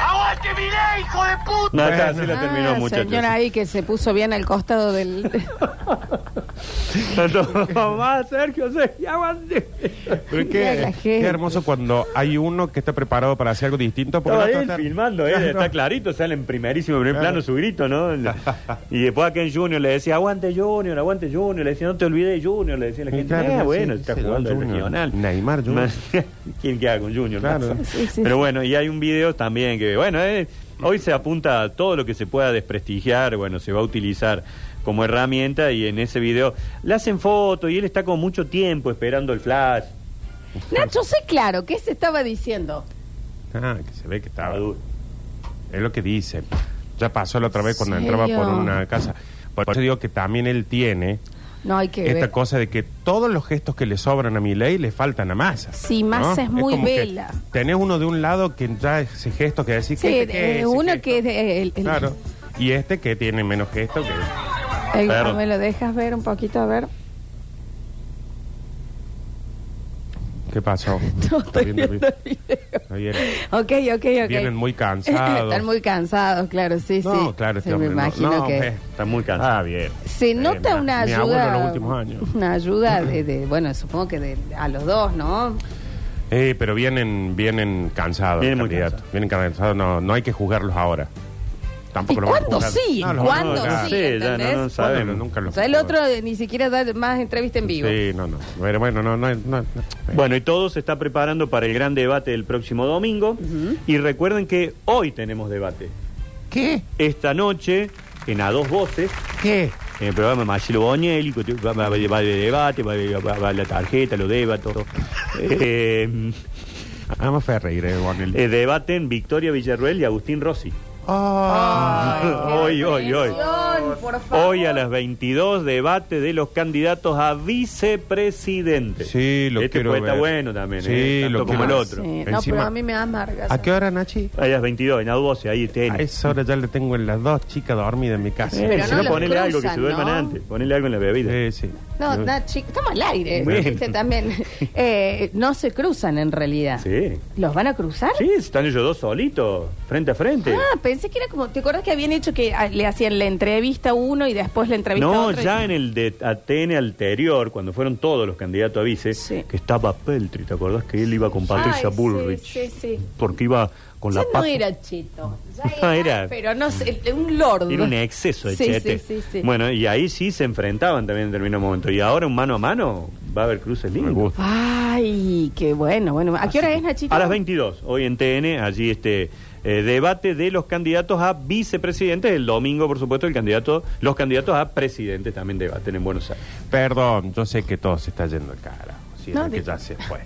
[SPEAKER 4] ¡Aguante, Milei, hijo de puta!
[SPEAKER 2] No,
[SPEAKER 3] Bueno.
[SPEAKER 2] está, así la terminó,
[SPEAKER 1] Ah,
[SPEAKER 2] muchachos.
[SPEAKER 1] señor ahí que se puso bien al costado del...
[SPEAKER 2] Tanto más, Sergio, Sergio, aguante.
[SPEAKER 3] Pero
[SPEAKER 1] Mira
[SPEAKER 3] es
[SPEAKER 1] la
[SPEAKER 3] que,
[SPEAKER 1] gente.
[SPEAKER 3] qué hermoso cuando hay uno que está preparado para hacer algo distinto. porque
[SPEAKER 2] Estaba
[SPEAKER 3] el otro
[SPEAKER 2] él
[SPEAKER 3] está-
[SPEAKER 2] filmando, él,
[SPEAKER 3] Claro.
[SPEAKER 2] está clarito, sale en primerísimo primer plano su grito, ¿no? Y después acá en Junior le decía, aguante Junior, aguante Junior, le decía, no te olvides de Junior, le decía la
[SPEAKER 3] Sí,
[SPEAKER 2] gente,
[SPEAKER 3] claro,
[SPEAKER 2] "Ah,
[SPEAKER 3] sí,
[SPEAKER 2] bueno,
[SPEAKER 3] sí,
[SPEAKER 2] está
[SPEAKER 3] sí,
[SPEAKER 2] jugando el
[SPEAKER 3] Junior.
[SPEAKER 2] regional.
[SPEAKER 3] Neymar Junior.
[SPEAKER 2] ¿Quién queda con Junior?
[SPEAKER 3] Claro.
[SPEAKER 2] Massa?
[SPEAKER 1] Sí, sí,
[SPEAKER 2] Pero
[SPEAKER 1] sí.
[SPEAKER 2] bueno, y hay un video también que, bueno, eh, hoy se apunta a todo lo que se pueda desprestigiar, bueno, se va a utilizar como herramienta y en ese video le hacen foto y él está con mucho tiempo esperando el flash.
[SPEAKER 1] Nacho, sé claro, ¿qué se estaba diciendo?
[SPEAKER 3] Ah, que se ve que estaba.
[SPEAKER 2] Estaba duro.
[SPEAKER 3] Es lo que dice. Ya pasó la otra vez cuando
[SPEAKER 1] ¿En
[SPEAKER 3] entraba
[SPEAKER 1] serio?
[SPEAKER 3] por una casa. Por eso digo que también él tiene
[SPEAKER 1] No, hay que
[SPEAKER 3] esta
[SPEAKER 1] ver.
[SPEAKER 3] cosa de que todos los gestos que le sobran a mi ley le faltan a Massa.
[SPEAKER 1] Sí, Massa es muy
[SPEAKER 3] como que
[SPEAKER 1] vela.
[SPEAKER 3] Tenés uno de un lado que ya ese gesto que decís
[SPEAKER 1] Sí,
[SPEAKER 3] que.
[SPEAKER 1] eh, uno que es de- el- el-
[SPEAKER 3] Claro. Y este que tiene menos gesto que.
[SPEAKER 1] Ey,
[SPEAKER 2] Perdón.
[SPEAKER 1] ¿Me lo dejas ver un poquito? A ver.
[SPEAKER 3] ¿Qué pasó?
[SPEAKER 1] No,
[SPEAKER 3] Está
[SPEAKER 1] estoy
[SPEAKER 3] viendo el
[SPEAKER 1] viendo el
[SPEAKER 3] video.
[SPEAKER 1] video.
[SPEAKER 3] Está bien.
[SPEAKER 1] Ok, ok, ok.
[SPEAKER 3] Vienen muy cansados.
[SPEAKER 1] Están muy cansados, claro, sí, sí.
[SPEAKER 3] No, claro, este
[SPEAKER 1] Sí, me
[SPEAKER 3] hombre no.
[SPEAKER 1] imagino
[SPEAKER 3] No,
[SPEAKER 1] que...
[SPEAKER 3] eh.
[SPEAKER 2] Está muy cansado.
[SPEAKER 3] Ah, bien.
[SPEAKER 1] Se
[SPEAKER 3] Eh,
[SPEAKER 1] nota
[SPEAKER 3] mi-
[SPEAKER 1] una
[SPEAKER 3] mi
[SPEAKER 1] ayuda.
[SPEAKER 3] abuelo en los últimos años.
[SPEAKER 1] Una ayuda de, de- bueno, supongo que de, a los dos, ¿no?
[SPEAKER 3] Eh, pero vienen, vienen cansados.
[SPEAKER 2] Vienen muy
[SPEAKER 3] candidato.
[SPEAKER 2] cansados.
[SPEAKER 3] Vienen cansados. No, no hay que juzgarlos ahora.
[SPEAKER 1] ¿Y
[SPEAKER 3] tampoco lo van a
[SPEAKER 1] cuándo
[SPEAKER 3] juzgar.
[SPEAKER 1] sí?
[SPEAKER 3] No, los
[SPEAKER 1] ¿Cuándo
[SPEAKER 3] van a juzgar.
[SPEAKER 2] No
[SPEAKER 1] sí?
[SPEAKER 2] sé, ya
[SPEAKER 1] ¿entendés?
[SPEAKER 2] no, no
[SPEAKER 3] ¿Cuándo
[SPEAKER 2] sabemos.
[SPEAKER 3] lo- nunca lo
[SPEAKER 1] O sea, el
[SPEAKER 3] juzgan?
[SPEAKER 1] otro eh, ni siquiera da más entrevista en vivo.
[SPEAKER 3] Sí, no, no. Bueno, bueno, no, no, no, no.
[SPEAKER 2] Bueno, y todo se está preparando para el gran debate del próximo domingo. Y recuerden que hoy tenemos debate.
[SPEAKER 3] ¿Qué?
[SPEAKER 2] Esta noche, en A Dos Voces,
[SPEAKER 3] ¿Qué?
[SPEAKER 2] en el programa Marcelo Boñelli, que va va- va- va a haber debate, va a haber- va- va a haber la tarjeta, los debates, todo. Eh,
[SPEAKER 3] Ama Ferreira, eh, Bonelli.
[SPEAKER 2] eh, debaten Victoria Villarruel y Agustín Rossi.
[SPEAKER 3] Ah.
[SPEAKER 1] Ay, qué
[SPEAKER 2] Hoy, hoy, hoy.
[SPEAKER 1] presión, por favor.
[SPEAKER 2] Hoy a las 22, debate de los candidatos a vicepresidente.
[SPEAKER 3] Sí, lo
[SPEAKER 2] este
[SPEAKER 3] quiero
[SPEAKER 2] puede estar
[SPEAKER 3] ver.
[SPEAKER 2] bueno también,
[SPEAKER 3] Sí,
[SPEAKER 2] eh, tanto
[SPEAKER 3] lo
[SPEAKER 2] como el
[SPEAKER 3] quiero ver.
[SPEAKER 2] otro.
[SPEAKER 1] Sí, No,
[SPEAKER 3] Encima-
[SPEAKER 1] pero a mí me amarga.
[SPEAKER 3] ¿A qué hora, Nachi?
[SPEAKER 2] A las 22, en A12, ahí
[SPEAKER 3] A
[SPEAKER 2] tiene.
[SPEAKER 3] esa hora ya le tengo en las dos chicas dormidas en mi casa.
[SPEAKER 1] Sí, pero
[SPEAKER 2] si
[SPEAKER 1] no
[SPEAKER 2] no,
[SPEAKER 1] lo
[SPEAKER 2] ponele algo que
[SPEAKER 1] cruzan,
[SPEAKER 2] se duerman
[SPEAKER 1] ¿no?
[SPEAKER 2] antes. Ponele algo en la bebida.
[SPEAKER 3] Sí, sí.
[SPEAKER 1] No, no, chico, estamos al aire.
[SPEAKER 2] Bueno.
[SPEAKER 1] ¿viste? También. Eh, no se cruzan en realidad.
[SPEAKER 2] Sí.
[SPEAKER 1] ¿Los van a cruzar?
[SPEAKER 2] Sí, están ellos dos solitos, frente a frente.
[SPEAKER 1] Ah, pensé que era como. ¿Te acuerdas que habían hecho que ah, le hacían la entrevista a uno y después la entrevista a
[SPEAKER 2] No,
[SPEAKER 1] otro?
[SPEAKER 2] ya en el de Atene anterior, cuando fueron todos los candidatos a vice,
[SPEAKER 1] Sí.
[SPEAKER 2] que estaba Peltri, ¿te acordás que él iba con Patricia
[SPEAKER 1] Ay, sí,
[SPEAKER 2] Bullrich?
[SPEAKER 1] sí, sí.
[SPEAKER 2] Porque iba con
[SPEAKER 1] Ya
[SPEAKER 2] la
[SPEAKER 1] no
[SPEAKER 2] pata.
[SPEAKER 1] era cheto. Ya
[SPEAKER 2] No,
[SPEAKER 1] era,
[SPEAKER 2] era-
[SPEAKER 1] Pero no sé, un lordo.
[SPEAKER 2] Era un exceso de
[SPEAKER 1] Sí,
[SPEAKER 2] chete.
[SPEAKER 1] Sí, sí, sí.
[SPEAKER 2] Bueno, y ahí sí se enfrentaban también en determinado momento. Y ahora, un mano a mano, va a haber cruces
[SPEAKER 3] Me
[SPEAKER 2] lindos.
[SPEAKER 3] gusta.
[SPEAKER 1] Ay, qué bueno. Bueno, ¿a qué hora es, Nachito?
[SPEAKER 2] A las 22, hoy en TN, allí este eh, debate de los candidatos a vicepresidentes. El domingo, por supuesto, el candidato, los candidatos a presidente también debaten en Buenos Aires.
[SPEAKER 3] Perdón, yo sé que todo se está yendo al carajo. Si es
[SPEAKER 1] No, Mm.
[SPEAKER 3] que
[SPEAKER 1] de-
[SPEAKER 3] ya se fue.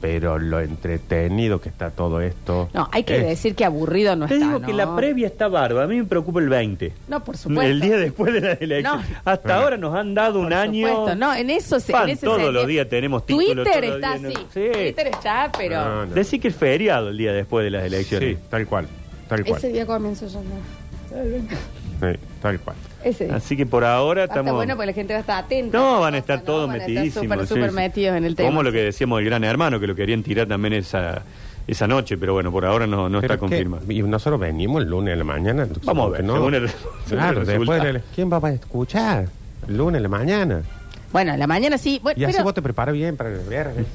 [SPEAKER 3] Pero lo entretenido que está todo esto.
[SPEAKER 1] No, hay que
[SPEAKER 3] es-
[SPEAKER 1] decir que aburrido no
[SPEAKER 2] Eh. Te
[SPEAKER 1] está.
[SPEAKER 2] digo
[SPEAKER 1] ¿no?
[SPEAKER 2] que la previa está barba. A mí me preocupa el 20.
[SPEAKER 1] No, por supuesto.
[SPEAKER 2] El día después de la elección.
[SPEAKER 1] No.
[SPEAKER 2] Hasta ahora nos han dado un
[SPEAKER 1] Por
[SPEAKER 2] año.
[SPEAKER 1] supuesto, no, en eso se. en
[SPEAKER 2] Pan,
[SPEAKER 1] ese
[SPEAKER 2] todos
[SPEAKER 1] sentido.
[SPEAKER 2] los días tenemos
[SPEAKER 1] Twitter
[SPEAKER 2] títulos, todos los
[SPEAKER 1] está
[SPEAKER 2] días
[SPEAKER 1] así.
[SPEAKER 2] no- Sí. Ah,
[SPEAKER 1] Twitter está, pero.
[SPEAKER 3] No, no.
[SPEAKER 2] Decí que es feriado el día después de las elecciones.
[SPEAKER 3] Sí, tal cual. Tal cual.
[SPEAKER 1] Ese día comienzo yo. ¿no?
[SPEAKER 3] Sí, tal cual.
[SPEAKER 1] Ese día.
[SPEAKER 2] Así que por ahora
[SPEAKER 1] Está
[SPEAKER 2] estamos.
[SPEAKER 1] bueno pues porque la gente va a estar atenta.
[SPEAKER 2] No, van a estar
[SPEAKER 1] ¿no?
[SPEAKER 2] todos
[SPEAKER 1] Van a estar
[SPEAKER 2] metidísimos.
[SPEAKER 1] Súper,
[SPEAKER 2] sí,
[SPEAKER 1] súper
[SPEAKER 2] sí.
[SPEAKER 1] metidos en el tema.
[SPEAKER 2] Como lo que decíamos del gran hermano, que lo querían tirar también esa, esa noche, pero bueno, por ahora no, no está
[SPEAKER 3] Pero es que-
[SPEAKER 2] confirmado.
[SPEAKER 3] Y nosotros venimos el lunes de la mañana. entonces,
[SPEAKER 2] Vamos a ver,
[SPEAKER 3] que no.
[SPEAKER 2] según el-
[SPEAKER 3] Claro,
[SPEAKER 2] según el
[SPEAKER 3] después
[SPEAKER 2] resultado.
[SPEAKER 3] del- ¿Quién va a escuchar? El lunes de la mañana.
[SPEAKER 1] Bueno, la mañana sí. Bueno,
[SPEAKER 3] Y así
[SPEAKER 1] pero-
[SPEAKER 3] vos te preparas bien para el viernes.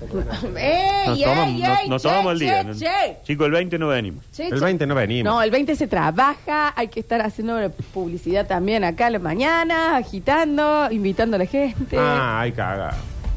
[SPEAKER 1] ¡Ey,
[SPEAKER 2] Nos
[SPEAKER 1] ey,
[SPEAKER 2] tomamos, nos-
[SPEAKER 1] ey,
[SPEAKER 2] nos
[SPEAKER 1] che,
[SPEAKER 2] tomamos el
[SPEAKER 1] che,
[SPEAKER 2] día. ¿no?
[SPEAKER 1] che,
[SPEAKER 2] Chico, el 20 no venimos.
[SPEAKER 1] che, che.
[SPEAKER 3] El 20 no
[SPEAKER 1] No,
[SPEAKER 3] venimos.
[SPEAKER 1] el 20 se trabaja, hay que estar haciendo publicidad también acá a la mañana, agitando, invitando a la gente.
[SPEAKER 3] Ah, hay caga.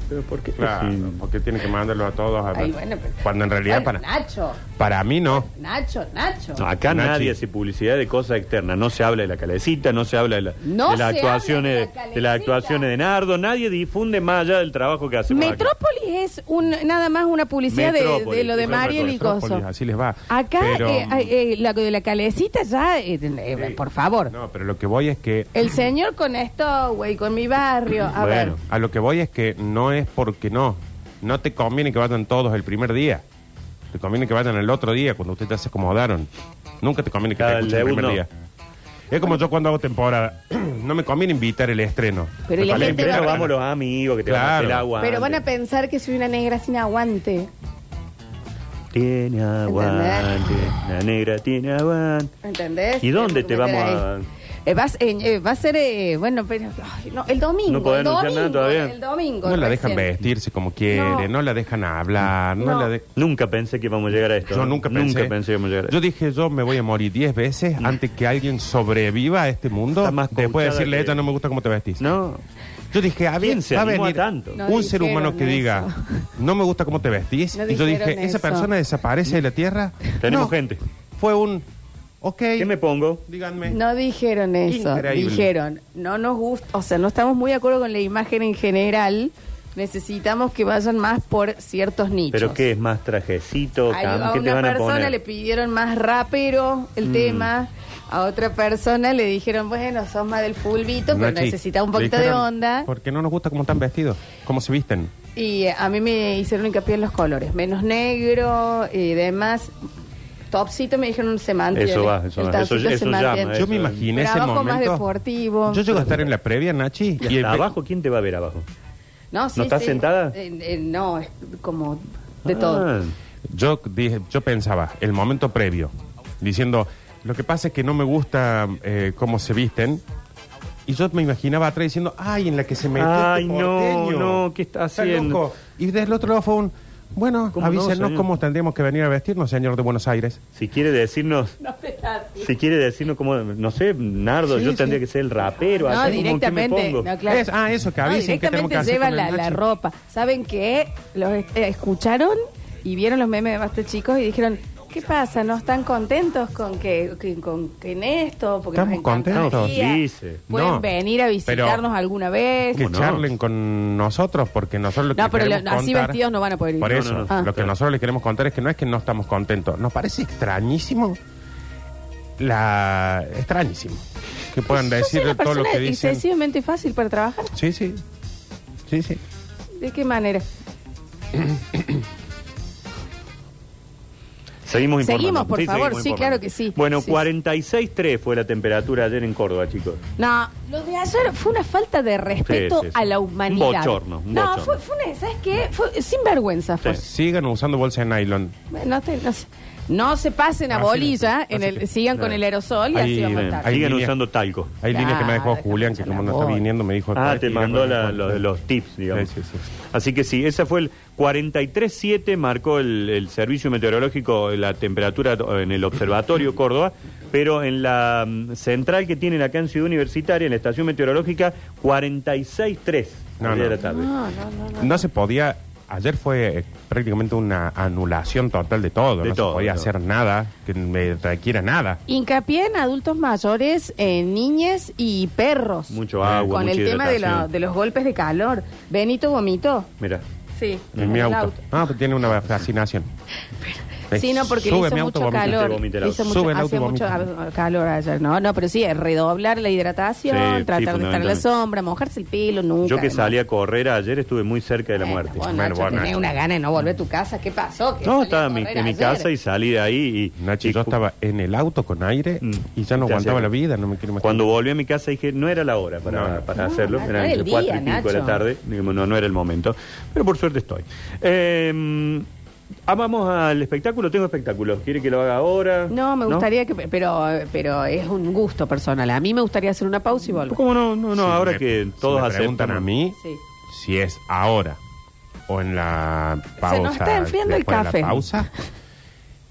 [SPEAKER 2] Pero ¿por qué?
[SPEAKER 3] Claro,
[SPEAKER 2] Sí.
[SPEAKER 3] porque tienen que mandarlos a todos. A...
[SPEAKER 1] Ay, bueno, pero-
[SPEAKER 3] Cuando en realidad
[SPEAKER 1] Bueno,
[SPEAKER 3] para,
[SPEAKER 1] Nacho,
[SPEAKER 3] para mí no.
[SPEAKER 1] Nacho, Nacho.
[SPEAKER 2] No, acá
[SPEAKER 3] Nachi.
[SPEAKER 2] nadie hace publicidad de cosas externas. No se habla de la calecita, no se habla de, la-
[SPEAKER 1] No
[SPEAKER 2] de las
[SPEAKER 1] se habla de
[SPEAKER 2] actuaciones
[SPEAKER 1] la
[SPEAKER 2] de, las
[SPEAKER 1] calecita.
[SPEAKER 2] actuaciones de Nardo. Nadie difunde más allá del trabajo que hacemos. acá.
[SPEAKER 1] Metrópolis es un, nada más una publicidad de,
[SPEAKER 2] Metrópolis,
[SPEAKER 1] de lo de
[SPEAKER 2] Metrópolis,
[SPEAKER 1] Mariel y
[SPEAKER 3] Metrópolis,
[SPEAKER 1] Coso.
[SPEAKER 3] Así les va.
[SPEAKER 1] Acá,
[SPEAKER 3] Pero-
[SPEAKER 1] eh, eh, eh, la de la calecita ya, eh, eh,
[SPEAKER 3] Sí.
[SPEAKER 1] por favor.
[SPEAKER 3] No, pero lo que voy es que.
[SPEAKER 1] El señor con esto, güey, con mi barrio. A ver.
[SPEAKER 2] Bueno.
[SPEAKER 3] A lo que voy es que no es porque no. No te conviene que vayan todos el primer día. Te conviene que vayan el otro día, cuando ustedes ya se acomodaron. Nunca te conviene que
[SPEAKER 2] Ah,
[SPEAKER 3] te
[SPEAKER 2] el
[SPEAKER 3] escuchen el
[SPEAKER 2] debut
[SPEAKER 3] primer
[SPEAKER 2] no.
[SPEAKER 3] día. Es como yo cuando hago temporada. no me conviene invitar el estreno.
[SPEAKER 1] Pero
[SPEAKER 3] Me
[SPEAKER 1] y la
[SPEAKER 2] Vale,
[SPEAKER 3] conviene
[SPEAKER 1] gente
[SPEAKER 2] primero
[SPEAKER 3] invitar-
[SPEAKER 1] va-
[SPEAKER 2] vamos los amigos que te van a
[SPEAKER 3] Claro.
[SPEAKER 2] hacer agua.
[SPEAKER 1] Pero van a
[SPEAKER 2] antes.
[SPEAKER 1] pensar que soy una negra sin aguante.
[SPEAKER 2] Tiene aguante, la negra tiene aguante.
[SPEAKER 1] ¿Entendés?
[SPEAKER 2] ¿Y dónde te
[SPEAKER 1] Meter
[SPEAKER 2] vamos
[SPEAKER 1] ahí. Eh, vas, en- eh, va a ser, eh, bueno, pero ay, no, el domingo.
[SPEAKER 2] No podés
[SPEAKER 1] el
[SPEAKER 2] anunciar
[SPEAKER 1] domingo,
[SPEAKER 2] nada todavía.
[SPEAKER 1] El domingo.
[SPEAKER 3] No la
[SPEAKER 1] recién.
[SPEAKER 3] dejan vestirse como quiere, no,
[SPEAKER 1] No.
[SPEAKER 3] la dejan hablar, no,
[SPEAKER 1] No.
[SPEAKER 3] la de-
[SPEAKER 2] Nunca pensé que íbamos a llegar a esto.
[SPEAKER 3] Yo nunca pensé.
[SPEAKER 2] Nunca pensé que íbamos a llegar a esto.
[SPEAKER 3] Yo dije, yo me voy a morir 10 veces antes que alguien sobreviva a este mundo.
[SPEAKER 2] Está más
[SPEAKER 3] Después de
[SPEAKER 2] coachada
[SPEAKER 3] decirle,
[SPEAKER 2] que-
[SPEAKER 3] ella no me gusta cómo te vestís.
[SPEAKER 2] No.
[SPEAKER 3] Yo dije, a
[SPEAKER 2] ¿Quién
[SPEAKER 3] ver,
[SPEAKER 2] se
[SPEAKER 3] va a
[SPEAKER 2] animó a
[SPEAKER 3] venir
[SPEAKER 2] tanto?
[SPEAKER 1] No
[SPEAKER 3] un ser
[SPEAKER 1] dijeron
[SPEAKER 3] humano que
[SPEAKER 1] eso.
[SPEAKER 3] diga, no me gusta cómo te vestís.
[SPEAKER 1] No
[SPEAKER 3] y yo dije,
[SPEAKER 1] dijeron
[SPEAKER 3] ¿esa
[SPEAKER 1] eso.
[SPEAKER 3] persona desaparece de la Tierra?
[SPEAKER 2] Tenemos
[SPEAKER 3] No.
[SPEAKER 2] gente.
[SPEAKER 3] Fue un, ok,
[SPEAKER 2] ¿Qué me pongo?
[SPEAKER 3] díganme.
[SPEAKER 1] No dijeron eso.
[SPEAKER 3] Increíble.
[SPEAKER 1] Dijeron, no nos gusta, o sea, no estamos muy de acuerdo con la imagen en general. Necesitamos que vayan más por ciertos nichos.
[SPEAKER 2] ¿Pero qué es más trajecito?
[SPEAKER 1] Hay-
[SPEAKER 2] cam-
[SPEAKER 1] a
[SPEAKER 2] ¿Qué te
[SPEAKER 1] una
[SPEAKER 2] van a
[SPEAKER 1] persona le
[SPEAKER 2] poner? Mm.
[SPEAKER 1] pidieron más rapero el tema, a otra persona le dijeron, bueno, sos más del fulbito, pero
[SPEAKER 3] Nachi,
[SPEAKER 1] necesitas un poquito
[SPEAKER 3] dijeron,
[SPEAKER 1] de onda.
[SPEAKER 3] Porque no nos gusta cómo están vestidos, cómo se visten.
[SPEAKER 1] Y eh, a mí me hicieron hincapié en los colores, menos negro y demás. Topsito me dijeron se mantiene.
[SPEAKER 2] Eso va, eso
[SPEAKER 1] El
[SPEAKER 2] va.
[SPEAKER 1] topsito
[SPEAKER 2] Eso-
[SPEAKER 1] se
[SPEAKER 2] eso llama,
[SPEAKER 1] mantiene.
[SPEAKER 2] eso.
[SPEAKER 3] Yo me imaginé
[SPEAKER 1] Pero
[SPEAKER 3] ese
[SPEAKER 1] abajo
[SPEAKER 3] momento.
[SPEAKER 1] más deportivo.
[SPEAKER 3] Yo llego a estar en la previa, Nachi.
[SPEAKER 2] ¿Y hasta abajo quién te va a ver abajo?
[SPEAKER 1] No, sí,
[SPEAKER 2] ¿No estás
[SPEAKER 1] sí.
[SPEAKER 2] sentada?
[SPEAKER 1] Eh, eh, no, es como de todo.
[SPEAKER 2] Ah.
[SPEAKER 3] Yo dije, yo pensaba, el momento previo, diciendo, lo que pasa es que no me gusta eh, cómo se visten. Y yo me imaginaba atrás diciendo, ay, en la que se metió
[SPEAKER 2] Ay,
[SPEAKER 3] este
[SPEAKER 2] no,
[SPEAKER 3] porteño.
[SPEAKER 2] no, ¿qué está haciendo?
[SPEAKER 3] loco. Y desde el otro lado fue un, Bueno,
[SPEAKER 2] ¿Cómo no,
[SPEAKER 3] avísenos
[SPEAKER 2] señor?
[SPEAKER 3] cómo tendríamos que venir a vestirnos, señor de Buenos Aires.
[SPEAKER 2] Si quiere decirnos,
[SPEAKER 1] No seas así.
[SPEAKER 2] si quiere decirnos como, no sé, Nardo,
[SPEAKER 3] Sí,
[SPEAKER 2] yo
[SPEAKER 3] sí.
[SPEAKER 2] tendría que ser el rapero.
[SPEAKER 1] No,
[SPEAKER 2] así como, ¿qué me
[SPEAKER 1] directamente.
[SPEAKER 2] pongo?
[SPEAKER 1] No, claro.
[SPEAKER 3] Es- ah, eso, que
[SPEAKER 1] No,
[SPEAKER 3] avisen que tenemos
[SPEAKER 1] directamente
[SPEAKER 3] que hacer
[SPEAKER 1] lleva
[SPEAKER 3] con el
[SPEAKER 1] la, la
[SPEAKER 3] Nacho.
[SPEAKER 1] ropa. ¿Saben qué? Los eh, escucharon y vieron los memes de Basta Chicos y dijeron, ¿qué pasa? ¿No están contentos con que, que- con que en esto? Porque nos
[SPEAKER 3] Estamos
[SPEAKER 1] encanta la
[SPEAKER 3] contentos.
[SPEAKER 1] energía.
[SPEAKER 2] Dice.
[SPEAKER 1] Pueden
[SPEAKER 3] No,
[SPEAKER 1] venir a visitarnos
[SPEAKER 3] pero-
[SPEAKER 1] alguna vez.
[SPEAKER 3] Que
[SPEAKER 2] no?
[SPEAKER 3] charlen con nosotros, porque nosotros lo que
[SPEAKER 1] No, pero
[SPEAKER 3] queremos
[SPEAKER 1] lo- así
[SPEAKER 3] contar-
[SPEAKER 1] vestidos no van a poder ir.
[SPEAKER 3] Por
[SPEAKER 2] No,
[SPEAKER 3] eso,
[SPEAKER 2] no, no.
[SPEAKER 1] Ah.
[SPEAKER 3] lo que nosotros les queremos contar es que no es que no estamos contentos. Nos parece extrañísimo. La... Extrañísimo. Que puedan
[SPEAKER 1] Yo soy
[SPEAKER 3] decir
[SPEAKER 1] una
[SPEAKER 3] todo lo
[SPEAKER 1] persona
[SPEAKER 3] que dicen.
[SPEAKER 1] excesivamente fácil para trabajar.
[SPEAKER 3] Sí, sí. Sí, sí.
[SPEAKER 1] ¿De qué manera?
[SPEAKER 2] Seguimos informando.
[SPEAKER 1] Seguimos, por favor, sí,
[SPEAKER 2] informando.
[SPEAKER 1] claro que sí.
[SPEAKER 2] Bueno,
[SPEAKER 1] Sí,
[SPEAKER 2] 46.3 fue la temperatura ayer en Córdoba, chicos.
[SPEAKER 1] No, lo de ayer fue una falta de respeto
[SPEAKER 2] Sí, sí, sí.
[SPEAKER 1] a la humanidad.
[SPEAKER 2] Un bochorno, un
[SPEAKER 1] no,
[SPEAKER 2] bochorno.
[SPEAKER 1] fue, fue una, ¿sabes qué? Fue sinvergüenza. Fue.
[SPEAKER 2] Sí.
[SPEAKER 3] Sigan usando bolsa de nylon.
[SPEAKER 1] No, te- no se, no se pasen a
[SPEAKER 3] Así
[SPEAKER 1] bolilla,
[SPEAKER 3] no,
[SPEAKER 1] en
[SPEAKER 3] así
[SPEAKER 1] el,
[SPEAKER 3] que-
[SPEAKER 1] sigan con
[SPEAKER 2] no.
[SPEAKER 1] el aerosol y así
[SPEAKER 3] Ahí
[SPEAKER 1] vamos a
[SPEAKER 3] ven,
[SPEAKER 1] estar.
[SPEAKER 3] ahí-
[SPEAKER 2] Siguen
[SPEAKER 3] línea.
[SPEAKER 2] usando talco.
[SPEAKER 3] Hay
[SPEAKER 1] Claro,
[SPEAKER 3] líneas que me dejó
[SPEAKER 1] déjame
[SPEAKER 3] Julián, que
[SPEAKER 1] echar
[SPEAKER 3] como
[SPEAKER 1] la
[SPEAKER 3] no está
[SPEAKER 1] bola.
[SPEAKER 3] viniendo, me dijo.
[SPEAKER 2] Ah,
[SPEAKER 3] "Ay,
[SPEAKER 2] te
[SPEAKER 3] siga con
[SPEAKER 2] mandó
[SPEAKER 3] la
[SPEAKER 2] la-
[SPEAKER 3] bolsa".
[SPEAKER 2] los, los tips, digamos.
[SPEAKER 3] Sí, sí, sí.
[SPEAKER 2] Así que sí, esa fue el 43.7, marcó el, el servicio meteorológico la temperatura en el observatorio Córdoba, pero en la mm, central que tienen acá en Ciudad Universitaria, en la estación meteorológica, 46.3
[SPEAKER 3] No,
[SPEAKER 2] de
[SPEAKER 3] no.
[SPEAKER 2] la tarde.
[SPEAKER 1] No, no, no. no.
[SPEAKER 3] No se podía. Ayer fue eh, prácticamente una anulación total de todo.
[SPEAKER 2] De
[SPEAKER 3] no
[SPEAKER 2] todo,
[SPEAKER 3] se podía
[SPEAKER 2] de todo.
[SPEAKER 3] hacer nada que me requiera nada.
[SPEAKER 1] Hincapié en adultos mayores, en niñas y perros.
[SPEAKER 2] Mucho agua,
[SPEAKER 1] Con
[SPEAKER 2] mucha
[SPEAKER 1] el tema de,
[SPEAKER 2] hidratación.
[SPEAKER 1] la- de los golpes de calor. Benito vomitó.
[SPEAKER 2] Mira,
[SPEAKER 1] Sí.
[SPEAKER 3] En mi
[SPEAKER 1] el
[SPEAKER 3] auto. Ah, pues tiene una fascinación. Eh,
[SPEAKER 1] Sí, no, porque
[SPEAKER 3] sube
[SPEAKER 1] le hizo
[SPEAKER 3] mi
[SPEAKER 1] mucho
[SPEAKER 3] auto, vomita.
[SPEAKER 1] calor.
[SPEAKER 2] Te vomita el
[SPEAKER 1] Le hizo
[SPEAKER 2] auto.
[SPEAKER 1] mucho,
[SPEAKER 3] Sube el auto,
[SPEAKER 1] hacía mucho
[SPEAKER 3] vomita.
[SPEAKER 1] ah, calor ayer, ¿no? No, pero sí, es redoblar la hidratación,
[SPEAKER 2] Sí,
[SPEAKER 1] tratar de
[SPEAKER 2] sí,
[SPEAKER 1] estar en la
[SPEAKER 2] fundamentalmente.
[SPEAKER 1] sombra, mojarse el pelo, nunca.
[SPEAKER 2] yo que
[SPEAKER 1] además.
[SPEAKER 2] salí a correr ayer estuve muy cerca de la
[SPEAKER 1] Bueno,
[SPEAKER 2] muerte.
[SPEAKER 1] vos,
[SPEAKER 3] Bueno,
[SPEAKER 1] Nacho,
[SPEAKER 3] bueno,
[SPEAKER 1] tenés
[SPEAKER 3] Nacho.
[SPEAKER 1] una gana de no volver a tu casa. ¿Qué pasó? ¿Qué
[SPEAKER 2] No,
[SPEAKER 1] salí a
[SPEAKER 2] estaba en mi,
[SPEAKER 1] correr
[SPEAKER 2] en mi
[SPEAKER 1] ayer?
[SPEAKER 2] casa y salí de ahí y...
[SPEAKER 3] Nachi,
[SPEAKER 2] y
[SPEAKER 3] yo estaba en el auto con aire
[SPEAKER 2] Mm.
[SPEAKER 3] y ya no
[SPEAKER 2] Te
[SPEAKER 3] aguantaba
[SPEAKER 2] hacía-
[SPEAKER 3] la vida, no me quiero imaginar.
[SPEAKER 2] Cuando volví a mi casa dije, no era la hora para,
[SPEAKER 3] No.
[SPEAKER 2] para
[SPEAKER 1] No,
[SPEAKER 2] hacerlo,
[SPEAKER 1] no
[SPEAKER 2] eran
[SPEAKER 1] era el
[SPEAKER 2] entre 4 y
[SPEAKER 1] día,
[SPEAKER 2] 5 de la
[SPEAKER 1] Nacho.
[SPEAKER 2] tarde, Digo, no, no era el momento, pero por suerte estoy. Eh, ah, vamos al espectáculo, tengo espectáculo, ¿quiere que lo haga ahora?
[SPEAKER 1] No, me gustaría que. Pero, pero es un gusto personal. A mí me gustaría hacer una pausa y volver.
[SPEAKER 2] ¿Cómo no? No, no,
[SPEAKER 3] Si
[SPEAKER 2] ahora
[SPEAKER 3] me-
[SPEAKER 2] que
[SPEAKER 3] si
[SPEAKER 2] todos
[SPEAKER 3] me
[SPEAKER 2] aceptan.
[SPEAKER 3] preguntan a mí
[SPEAKER 1] Sí.
[SPEAKER 3] si es ahora o en la pausa.
[SPEAKER 1] Se nos está enfriando el
[SPEAKER 3] después de
[SPEAKER 1] café.
[SPEAKER 3] La pausa,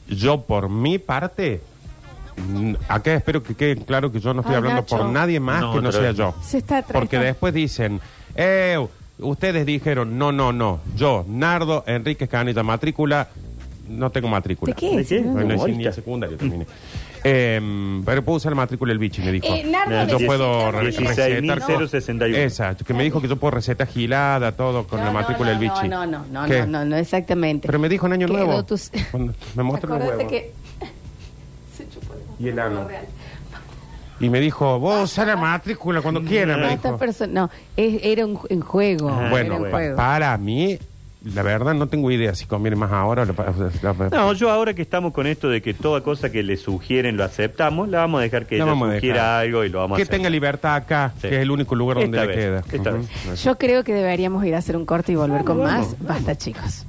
[SPEAKER 3] yo por mi parte, mm, acá espero que quede claro que yo no estoy
[SPEAKER 1] Ay,
[SPEAKER 3] hablando
[SPEAKER 1] Ah, Nacho.
[SPEAKER 3] por nadie más
[SPEAKER 2] No,
[SPEAKER 3] que no
[SPEAKER 2] otra
[SPEAKER 3] sea
[SPEAKER 2] vez.
[SPEAKER 3] yo.
[SPEAKER 1] Se está tra-
[SPEAKER 3] Porque
[SPEAKER 1] está-
[SPEAKER 3] después dicen, eh, ustedes dijeron, no, no, no, yo, Nardo, Enrique Canilla, matrícula, no tengo matrícula.
[SPEAKER 1] ¿De qué?
[SPEAKER 2] ¿De qué?
[SPEAKER 1] No, no.
[SPEAKER 3] Bueno,
[SPEAKER 2] Humorista.
[SPEAKER 3] es ni el secundario terminé. Eh, pero puedo usar la matrícula el bichi, me dijo.
[SPEAKER 1] Eh, Nardo,
[SPEAKER 2] Nah,
[SPEAKER 3] yo
[SPEAKER 2] dieci-
[SPEAKER 3] puedo re- recetar.
[SPEAKER 2] 16.061.
[SPEAKER 3] Esa, que me dijo que yo puedo receta gilada, todo con
[SPEAKER 1] No,
[SPEAKER 3] la
[SPEAKER 1] no,
[SPEAKER 3] matrícula
[SPEAKER 1] no,
[SPEAKER 3] del bichi.
[SPEAKER 1] No, no, no,
[SPEAKER 3] ¿Qué?
[SPEAKER 1] no, no, no, exactamente.
[SPEAKER 3] Pero me dijo en Año
[SPEAKER 1] Quedó
[SPEAKER 3] Nuevo.
[SPEAKER 1] tus-
[SPEAKER 3] Cuando me mostró los
[SPEAKER 1] Acordate
[SPEAKER 3] huevos.
[SPEAKER 1] que se chupó el
[SPEAKER 3] Y el ano.
[SPEAKER 1] real.
[SPEAKER 3] Y me dijo, vos usa la matrícula cuando quieras, me
[SPEAKER 1] Esta
[SPEAKER 3] dijo.
[SPEAKER 1] persona- no, es- era un ju- en juego.
[SPEAKER 2] Ah,
[SPEAKER 1] era
[SPEAKER 3] Bueno,
[SPEAKER 1] un
[SPEAKER 2] bueno.
[SPEAKER 3] pa-
[SPEAKER 1] juego.
[SPEAKER 3] para mí, la verdad no tengo idea si conviene más ahora o la, pa- la- la-
[SPEAKER 2] No, yo ahora que estamos con esto de que toda cosa que le sugieren lo aceptamos, la vamos a dejar que
[SPEAKER 3] la
[SPEAKER 2] ella
[SPEAKER 3] vamos a dejar.
[SPEAKER 2] sugiera algo y lo vamos a
[SPEAKER 3] Que
[SPEAKER 2] hacer.
[SPEAKER 3] tenga libertad acá,
[SPEAKER 2] Sí.
[SPEAKER 3] que es el único lugar donde
[SPEAKER 2] Esta
[SPEAKER 3] le
[SPEAKER 2] vez,
[SPEAKER 3] queda.
[SPEAKER 2] esta
[SPEAKER 3] Ujú.
[SPEAKER 2] vez.
[SPEAKER 1] Yo creo que deberíamos ir a hacer un corte y volver con más. Basta, chicos.